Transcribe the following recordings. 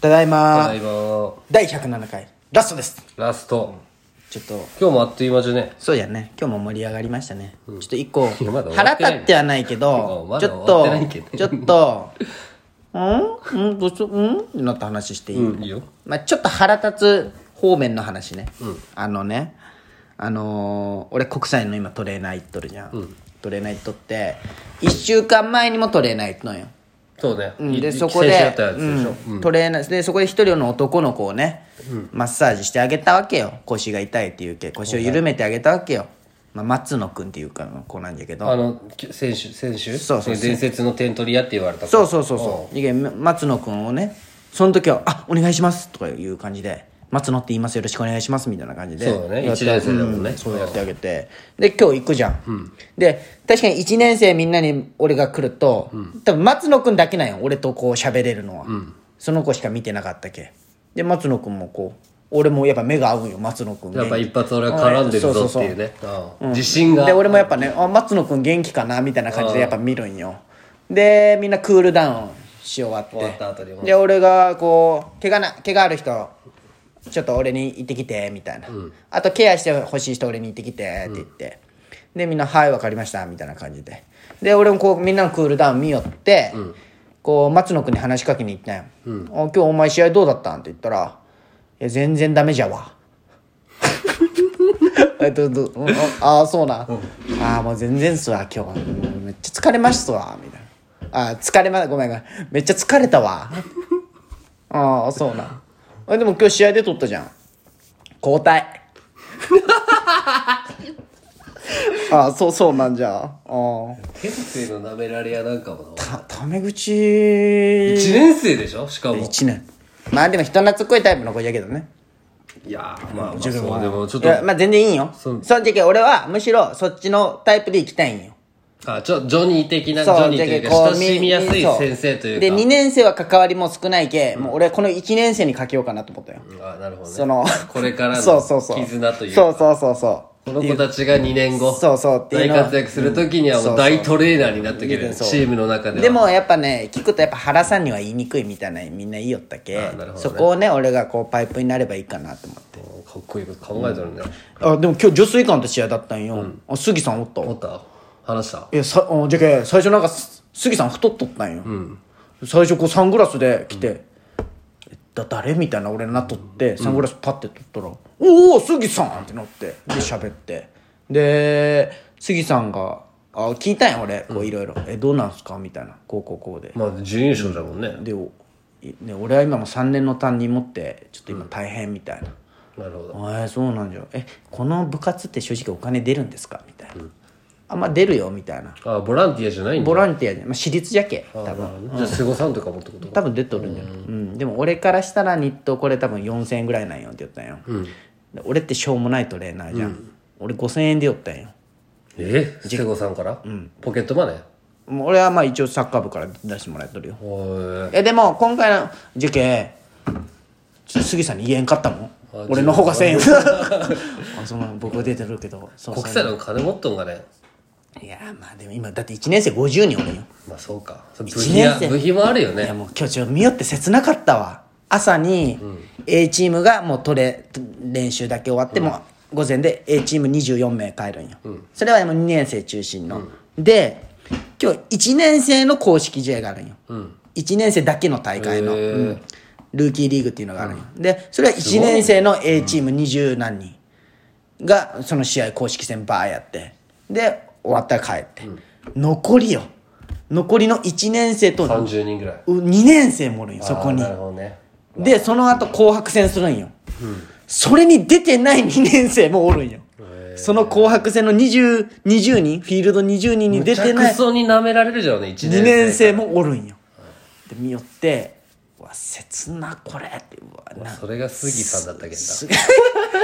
ただいたまだいま第107回ラストですラストちょっと今日もあっという間じゃねそうやね今日も盛り上がりましたね、ちょっと一個いやまだ終わ腹ってない立ってはないけど、まちだょっ終わとってないけどちょっとうんうんどうしよううんなって話していい、うんいいよまあ、ちょっと腹立つ方面の話ね、あのねあのー俺国際の今トレーナー行っとるじゃん、トレーナー行っとって1週間前にもトレーナー行っとんよそうねうんいでいそこ先週やでったやつでしょうんトレーナーでそこで一人の男の子をね、マッサージしてあげたわけよ腰が痛いっていうけ腰を緩めてあげたわけよ、まあ、松野君っていうかの子なんだけどあのき先週先週そうそう伝説の点取り屋って言われたそうそうそうそういや松野君をねその時は「あお願いします」とかいう感じで「松野って言いますよろしくお願いします」みたいな感じでそうだねやって一年生だもんねうそうやってあげてで今日行くじゃん、で確かに1年生みんなに俺が来ると、多分松野君だけなんよ俺とこう喋れるのは、その子しか見てなかったけで松野君もこう俺もやっぱ目が合うんよ松野君やっぱ一発俺は絡んでるそぞうってそうそういうねうん自信がで俺もやっぱねあ松野君元気かなみたいな感じうでんやっぱ見るんよでみんなクールダウンし終わって終わった後にもで俺がこう怪我な怪我ある人ちょっと俺に行ってきてみたいな、あとケアしてほしい人俺に行ってきてって言って、でみんな「はい分かりました」みたいな感じでで俺もこうみんなのクールダウン見よって、こう松野君に話しかけに行ったんよ、あ今日お前試合どうだったん?」って言ったら「いや全然ダメじゃわ」えどどうんああそうな、ああもう全然っすわ今日はうんめっちゃ疲れましたわみたいなあー疲れまごめんごめんめっちゃ疲れたわ ああそうなあでも今日試合で取ったじゃん交代 ああそうそうなんじゃああ天性の舐められ屋なんかもなたタメ口1 1年生でしょしかも年まあでも人懐っこいタイプの子やけどねいやーまあまあそうでもちょっいやとまあ全然いいんよそそのう時俺はむしろそっちのタイプで行きたいんよあちょジョニー的なジそうョニーというかじゃあこ親しみやすいそう先生というでか2年生は関わりも少ないけ、もう俺はこの1年生にかけようかなと思ったよ、あなるほどねそのこれか らそうそうのそう絆というそうかそうそうそうこの子たちが2年後そうそうっていう大のは活躍する時にはもう大トレーナーになってくれうんるそうチームの中ではでもやっぱね聞くとやっぱ原さんには言いにくいみたいなみんな言いよったけ、なるほどねそこをね俺がこうパイプになればいいかなと思ってもうかっこいいこと考えとるねあでも今日女水館と試合だったんよ、あ杉さんおった思った話したいやさあじゃけ最初なんかす杉さん太っとったんよ、最初こうサングラスで来て、えだ誰みたいな俺になっとって、サングラスパッて取ったら「おお杉さん!」ってなってで喋ってで杉さんがあ聞いたんや俺こういろいろ「えどうなんすか?」みたいな「こうこうこうで」まあ準優勝だもんねでおいね俺は今も3年の担任持ってちょっと今大変みたいな。なるほどえーそうなんじゃえこの部活って正直お金出るんですかみたいな、あんま出るよみたいなあボランティアじゃないんだボランティアで、まあ、私立じゃけ多分じゃあ瀬古さんとかもってこと多分出とるんじゃない、うんでも俺からしたら日当これ多分4000円ぐらいなんよって言ったんよ、で俺ってしょうもないトレーナーじゃん、俺5000円でよったんよえ瀬古さんからポケットマネーもう俺はまあ一応サッカー部から出してもらっとるよおいえでも今回の受験ちょっと杉さんに言えんかったもんあ俺の方が1000円 あその僕は出てるけどそうそう国際の金持っとんがねいやーまあでも今だって1年生50人おるよまあそうかそれ部一費年や生部費もあるよいやねもう今日ちょっと見よって切なかったわ朝に A チームがもうトレ練習だけ終わってもう午前で A チーム24名帰るんよ、それはもう2年生中心の、で今日1年生の公式試合があるんよ、1年生だけの大会の、へーうんルーキーリーグっていうのがあるんよ、でそれは1年生の A チーム二十何人、がその試合公式戦バーやってで終わったら帰って、残りよ残りの1年生と30人ぐらいう2年生もおるんよそこにあーなるほどねでその後紅白戦するんよ、それに出てない2年生もおるんよその紅白戦の 20, 20人フィールド20人に出めちゃてなくいそに舐められるじゃんね1 2年年生生もおるんよで見よってうわ切なこれってうわなそれが杉さんだったけんだ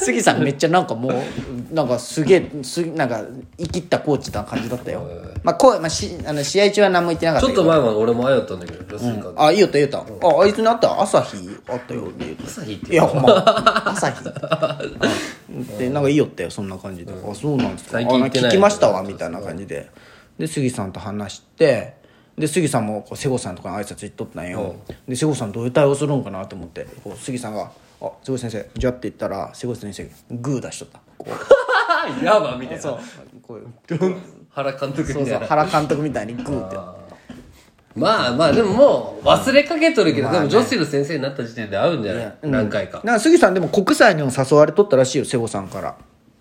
杉さんめっちゃなんかもうなんかすげえすなんか生きったコーチな感じだったよ、まあ、こうまあ、しあの試合中は何も言ってなかっちたょっけどと前まで俺もあよったんだけど、安いかあいいよって言うた、ああいつに会った朝日あったよって言うた朝日っていやほんま朝日でなんかいいよってそんな感じで、あそうなんですか最近行ってなあい聞きましたわみたいな感じでで杉さんと話してで杉さんもこう瀬尾さんとかの挨拶行っとったんよ、で瀬尾さんどういう対応するんかなと思ってこう杉さんが「あ瀬尾先生じゃ」って言ったら瀬尾先生グー出しとったこうやばみたいなこういう原監督みたそういなそう原監督みたいにグーってまあまあでももう忘れかけとるけど、でも女子の先生になった時点で会うんじゃない、うん何回か、なんか杉さんでも国際にも誘われとったらしいよ瀬尾さんから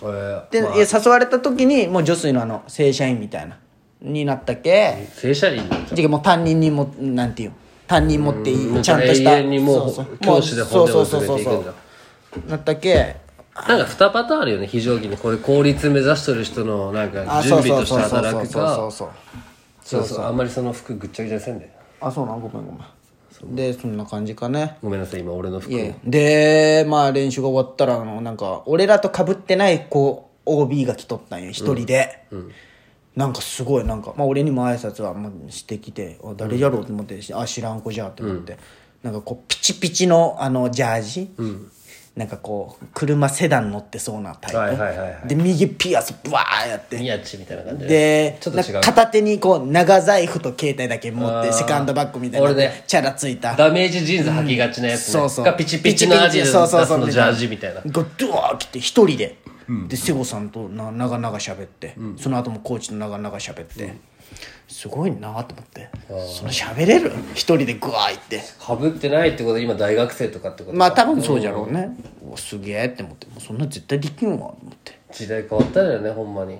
えーで、いや誘われた時にもう女水のあの正社員みたいなになったけ正社員なんじゃんじゃあもう担任にもなんていう担任持っていいちゃんとした永遠にもうそそ教師でもう骨を詰めていくんだそうそうそうそうなったけなんか2パターンあるよね非常勤でこれ効率目指してる人のなんかあ準そう備そうとそしてうそう働そうくそかうそうそうそうあんまりその服ぐっちゃぐちゃにせんであそうなんごめんごめんでそんな感じかねごめんなさい今俺の服いやいやでまあ練習が終わったらあのなんか俺らとかぶってない子 OB が来とったんよ一人で、なんかすごいなんか、まあ、俺にも挨拶はもうしてきてあ誰やろうと思って、あ知らん子じゃって思って、なんかこうピチピチのあのジャージ、なんかこう車セダン乗ってそうなタイプ、はいはいはいはで右ピアスブワーやって宮地みたいな感じでちょっと違うなんか片手にこう長財布と携帯だけ持ってセカンドバッグみたいな俺ねチャラついたダメージジーンズ履きがちなやつ、ねそうそうがピチピチのアジアそうそうスそうのジャージみたいながドワー来て一人で、で瀬尾さんとな長々喋って、その後もコーチと長々喋って、すごいなと思ってその喋れる一人でグワーいってかぶってないってこと今大学生とかってことまあ多分そうじゃろうね、うわすげえって思ってもうそんな絶対できんわと思って、時代変わったよねほんまに、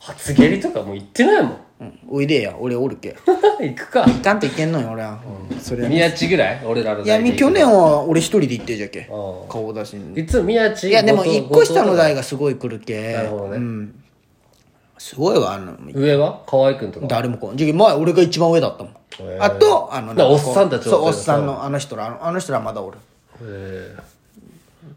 初蹴りとかもう行ってないもん うん、おいでや俺おる け行くかいかんといけんのよ俺は、それい宮地ぐらい俺らのや代でみ去年は俺一人で行ってじゃけ顔出しにいつも宮地いやでも一個下の代代がすごい来るけなるほどねうん、すごいわあの上は河合くんとか誰もこうじゃあ前俺が一番上だったもんへーあとあのだからなんかこうおっさんたちそうおおっっささんんのあの人らあのあの人らまだおるえー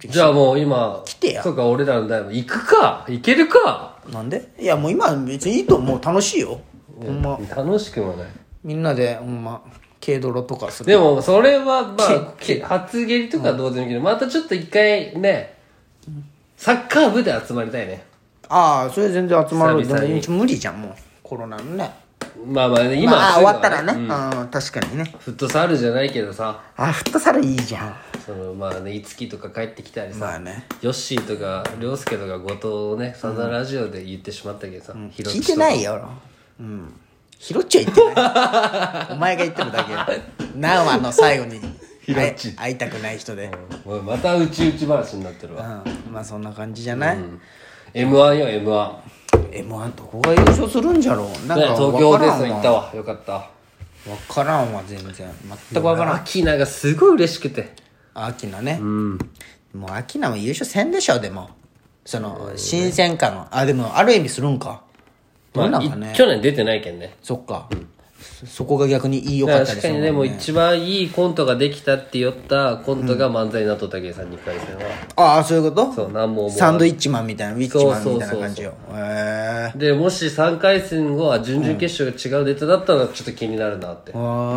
じゃあもう今来てやそうか俺らの代も行くか行けるかなんでいやもう今別にいいと思う楽しいよほんま楽しくもないみんなでほんま軽泥とかするでもそれはまあけ初蹴りとかはどうでもいいけどまたちょっと一回ねサッカー部で集まりたいねああそれ全然集まる久々にでも無理じゃんもうコロナのねまあまあね今まあは終わそういうのはったらね、うん、確かにねフットサルじゃないけどさあフットサルいいじゃんそのまあねいつきとか帰ってきたりさまあねヨッシーとか涼介とか後藤をね散々ラジオで言ってしまったけどさ、ひろ聞いてないようん拾っちゃ言ってないお 前が言ってるだけなおあの最後に拾っ会ちい会いたくない人でおいまたうちうち話になってるわ、うんまあそんな感じじゃない、 m 1よ m 1 M−1 どこが優勝するんじゃろうなんねか東京わでからん行わったわよかったわからんわ全然全くわからんアキナがすごい嬉しくてアキナねもうアキナも優勝せんでしょでもその新鮮感のあでもある意味するんかどうなんかまあねい去年出てないけんねそっかそそこが逆にいいよかったり確すかるにもんねもう一番いいコントができたって言ったコントが漫才になっとったけどさ2回戦はああそういうことそう何も思わサンドイッチマンみたいなウィッチマンそうそうみたいな感じよへえでもし3回戦後は準々決勝が違うネタだったらちょっと気になるなって、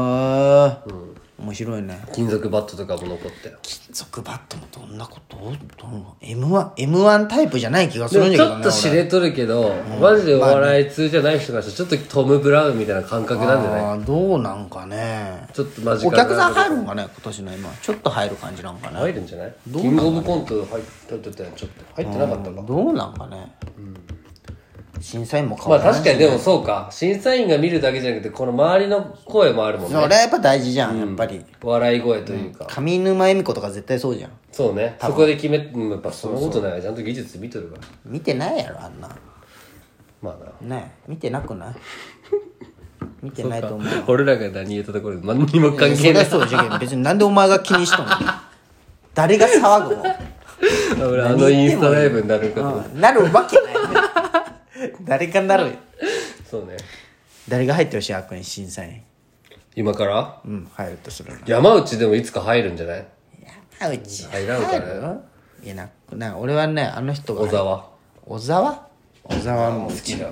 あー面白いね金属バットとかも残って金属バットもどんなことどんな M1, M1 タイプじゃない気がするんだけちどょねっと知れとるけど、マジでお笑い通じゃない人がしたらちょっとトム・ブラウンみたいな感覚なんじゃないあーどうなんかねちょっとマジおか客さん入るんかね今年の今ちょっと入る感じなんかね入るんじゃないキングオブコント入ってたやんちょっと入ってなかったかどうなんかね、審査員も変まわあらない、確かにでもそうか審査員が見るだけじゃなくてこの周りの声もあるもんねそれはやっぱ大事じゃん、やっぱり笑い声というか、上沼恵美子とか絶対そうじゃんそうねそこで決めうんやっぱそんなことないちゃんと技術見とるから見てないやろあんなまあなねえ見てなく ない見てないと思う俺らが何言ったところで何にも関そ係りなゃいそうじゃけん別になんでお前が気にしとんの誰が騒ぐの俺あのインスタライブになることうんなるわけないね誰がなるそうね誰が入ってほしい悪に審査員今からうん入るとするな山内でもいつか入るんじゃない山内入らんからねいやななんか俺はねあの人が小沢小沢小沢も好きだ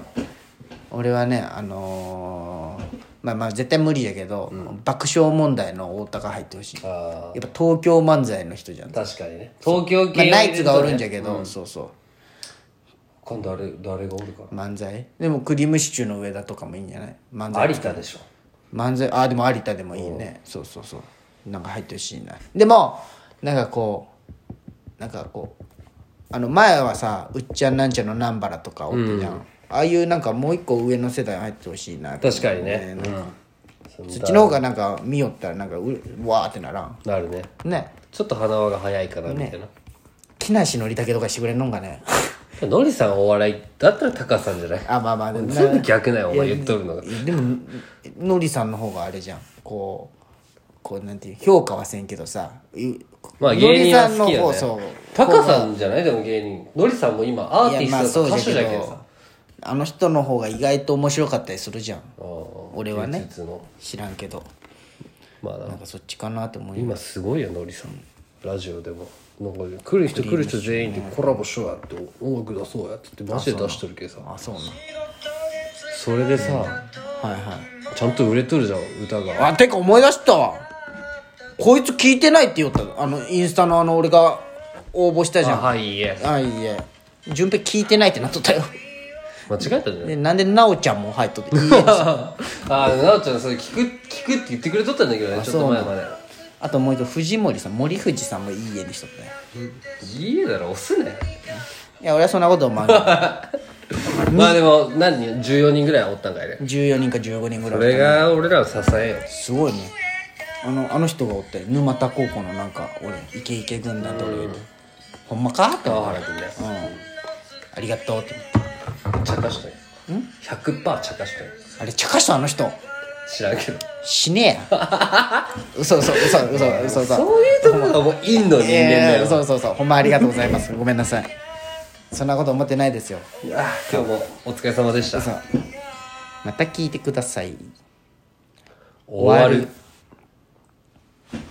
俺はねあのーまあまあ絶対無理だけど、爆笑問題の太田が入ってほしいやっぱあ東京漫才の人じゃん、ま確かにね東京あ、系ナイツがおるんじゃゃけど、そうそう今度誰誰がおるか漫才でもクリームシチューの上田とかもいいんじゃない漫才有田でしょ漫才あでも有田でもいいねそうそうそうなんか入ってほしいなでもなんかこうなんかこうあの前はさうっちゃんなんちゃんの南原とかおったじゃん、ああいうなんかもう一個上の世代入ってほしいな確かにねなんそんそっちの方がなんか見よったらなんかううわーってならんなるねねちょっと花輪が早いかなみたいな、木梨憲武とかしてくれんのんかねのりさんお笑いだったらタカさんじゃないあまあまあでも全部逆なんよお前言っとるのがでもノリさんの方があれじゃんこうこうなんていう評価はせんけどさいまあノ芸リ人さはんの好きよ方ねそうタカさんじゃないでも芸人のりさんも今アーティストとか歌手だけどさあの人の方が意外と面白かったりするじゃんうん俺はね芸術の知らんけどまあななんかそっちかなと思い今すごいよのりさんラジオでもなんか来る人来る人全員でコラボしようやって音楽出そうやってってマジで出してるけどさあそうなそれでさはいはいちゃんと売れとるじゃん歌があてか思い出したわこいつ聞いてないって言おったあのインスタのあの俺が応募したじゃんあはいいえいいえ順平聞いてないってなっとったよ間違えたんじゃないでなんで奈緒ちゃんも入っとっていいえああなおちゃんそれ聞く聞くって言ってくれとったんだけどねちょっと前まであともう一度藤森さん森藤さんもいい家にしとったねいいえだろ押すねいや俺はそんなこと思わ ないまあでも何人14人ぐらいおったんかいね14人か15人ぐらそいれが俺らを支えよすごいねあのあの人がおって沼田高校のなんか俺イケイケ軍団と俺がいてほんまかって思川っ原君ねたうんありがとうって思っ茶化したよ100%茶化したよたあれ茶化したあの人知らんけど死ねえや 嘘嘘嘘嘘嘘嘘そういうところがもう陰の人間だえよー、そうそうそうほんまありがとうございますごめんなさいそんなこと思ってないですよいやー今日もお疲れ様でしたそうまた聞いてください終わる